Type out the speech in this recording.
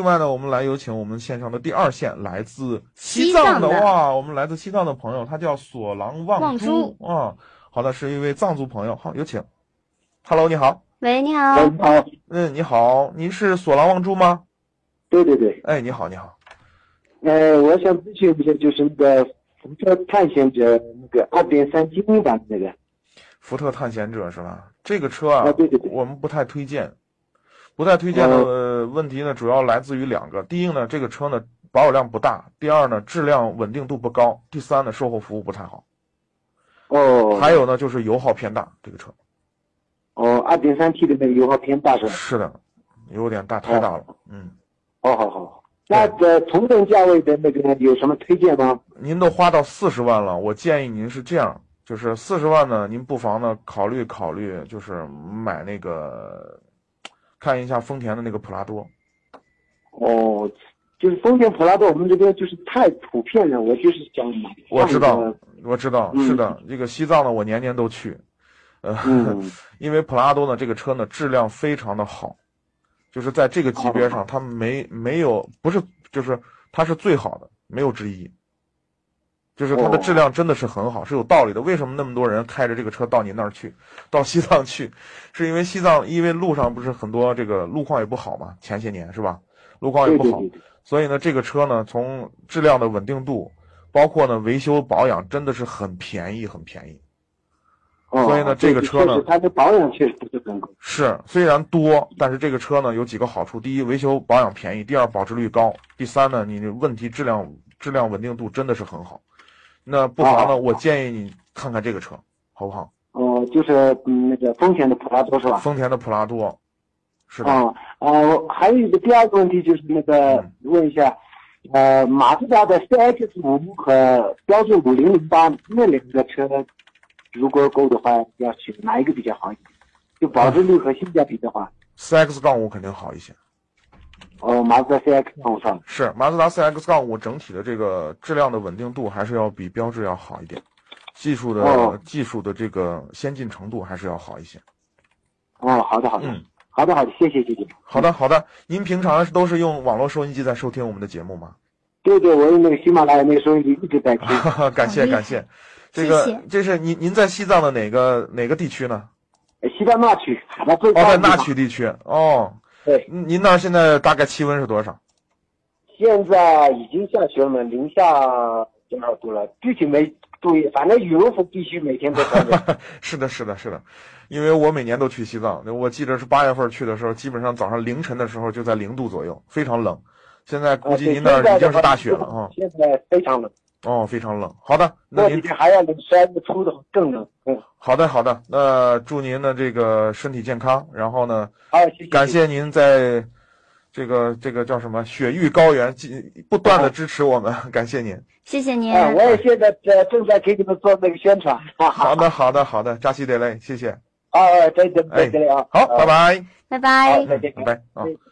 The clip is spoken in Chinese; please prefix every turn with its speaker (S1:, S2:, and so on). S1: 另外呢，我们来有请我们线上的第二线，来自西
S2: 西
S1: 藏
S2: 藏
S1: 的
S2: 的
S1: 哇，我们来自西藏的朋友，他叫索朗旺珠啊。好的，是一位藏族朋友，好，有请。Hello，你好，
S2: 喂，你好，
S3: 嗯，好，
S1: 嗯，你好，您是索朗旺珠吗？
S3: 对对对，
S1: 哎，你好，你好，
S3: 呃，我想咨询一下，就是那个《福特探险者》那个二点三精英版的那个，
S1: 福特探险者是吧？这个车啊
S3: 啊，对对对
S1: 我们不太推荐，不太推荐的、
S3: 嗯
S1: 呃问题呢，主要来自于两个。第一个呢，这个车呢保有量不大；第二呢，质量稳定度不高；第三呢，售后服务不太好。
S3: 哦，
S1: 还有呢，就是油耗偏大，这个车。
S3: 哦，二点三 T 的那个油耗偏大是吧？
S1: 是的，有点大，太大了。嗯，
S3: 哦，好好好，那个同等价位的那个有什么推荐吗？
S1: 您都花到四十万了，我建议您是这样，就是四十万呢，您不妨呢考虑考虑，就是买那个，看一下丰田的那个普拉多。
S3: 哦，就是丰田普拉多，我们这边就是太普遍了，我就是想买。
S1: 我知道
S3: 换一个，
S1: 我知道，
S3: 嗯
S1: 是的，这个西藏呢，我年年都去，呃，
S3: 嗯，
S1: 因为普拉多呢这个车呢质量非常的好，就是在这个级别上，它没没有不是就是它是最好的，没有之一。就是它的
S3: 哦
S1: 质量真的是很好，是有道理的。为什么那么多人开着这个车到您那儿去，到西藏去？是因为西藏因为路上不是很多这个路况也不好嘛，前些年是吧？路况也
S3: 对
S1: 不
S3: 对
S1: 好，
S3: 对对，
S1: 所以呢，这个车呢，从质量的稳定度，包括呢维修保养，真的是很便宜，很便宜。
S3: 哦，
S1: 所以呢这个
S3: 对
S1: 车呢
S3: 确实它的保养确实不是很高。
S1: 是，虽然多，但是这个车呢有几个好处：第一，维修保养便宜；第二，保值率高；第三呢，你问题质量质量稳定度真的是很好。那不妨呢，
S3: 哦
S1: 我建议你看看这个车，好不好？
S3: 哦，就是嗯那个丰田的普拉多是吧？
S1: 丰田的普拉多，是的，
S3: 哦，呃，还有一个第二个问题就是那个
S1: 嗯
S3: 问一下，呃，马自达的 CX 五和标致五零零八那两个车，如果购的话，要选哪一个比较好一点？就保值率和性价比的话，
S1: 4X 杠五肯定好一些。
S3: 哦，马自达 CX 五上，
S1: 是马自达 4X 杠五整体的这个质量的稳定度还是要比标致要好一点，技术的、
S3: 哦
S1: 技术的这个先进程度还是要好一些。
S3: 哦，好的好的，
S1: 嗯
S3: 好的好的，谢谢谢谢。
S1: 好的，好的，您平常都是用网络收音机在收听我们的节目吗？
S3: 对对，我用那个喜马拉雅那个收音机一直在听，
S1: 哈哈， 感谢
S2: 好厉害
S1: 感谢，这
S2: 谢
S1: 个
S2: 谢
S1: 这是您您在西藏的哪个哪个地区呢？
S3: 西藏那曲，那最
S1: 嗯哦，在
S3: 高
S1: 那
S3: 的
S1: 曲地区哦。
S3: 对
S1: 您您那儿现在大概气温是多少？
S3: 现在已经下雪了嘛，零下多少度了？具体没注意，反正羽绒服必须每天都 穿着。
S1: 是的，是的，是的，因为我每年都去西藏，我记着是八月份去的时候，基本上早上凌晨的时候就在零度左右，非常冷。现在估
S3: 啊
S1: 计
S3: 对
S1: 您那
S3: 现在
S1: 儿已经
S3: 的
S1: 是
S3: 话
S1: 大雪了啊、
S3: 现在非常冷，
S1: 哦，非常冷。好的，那
S3: 过几
S1: 您
S3: 天还要冷，十二月初的话更冷。嗯，
S1: 好的好的，那祝您的这个身体健康，然后呢，
S3: 好，谢谢。
S1: 感谢您在这个这个叫什么雪域高原继不断的支持我们， 感谢您。
S2: 谢谢您，
S3: 哎，我也现在呃正在给你们做那个宣传，哈哈。
S1: 好的好的好的，扎西德勒，谢谢。
S3: 啊，啊再见，
S1: 哎
S3: 再见啊。
S1: 好，
S3: 啊
S1: 拜拜，
S2: 拜拜
S3: 好。再见
S1: 拜拜啊。
S3: 再见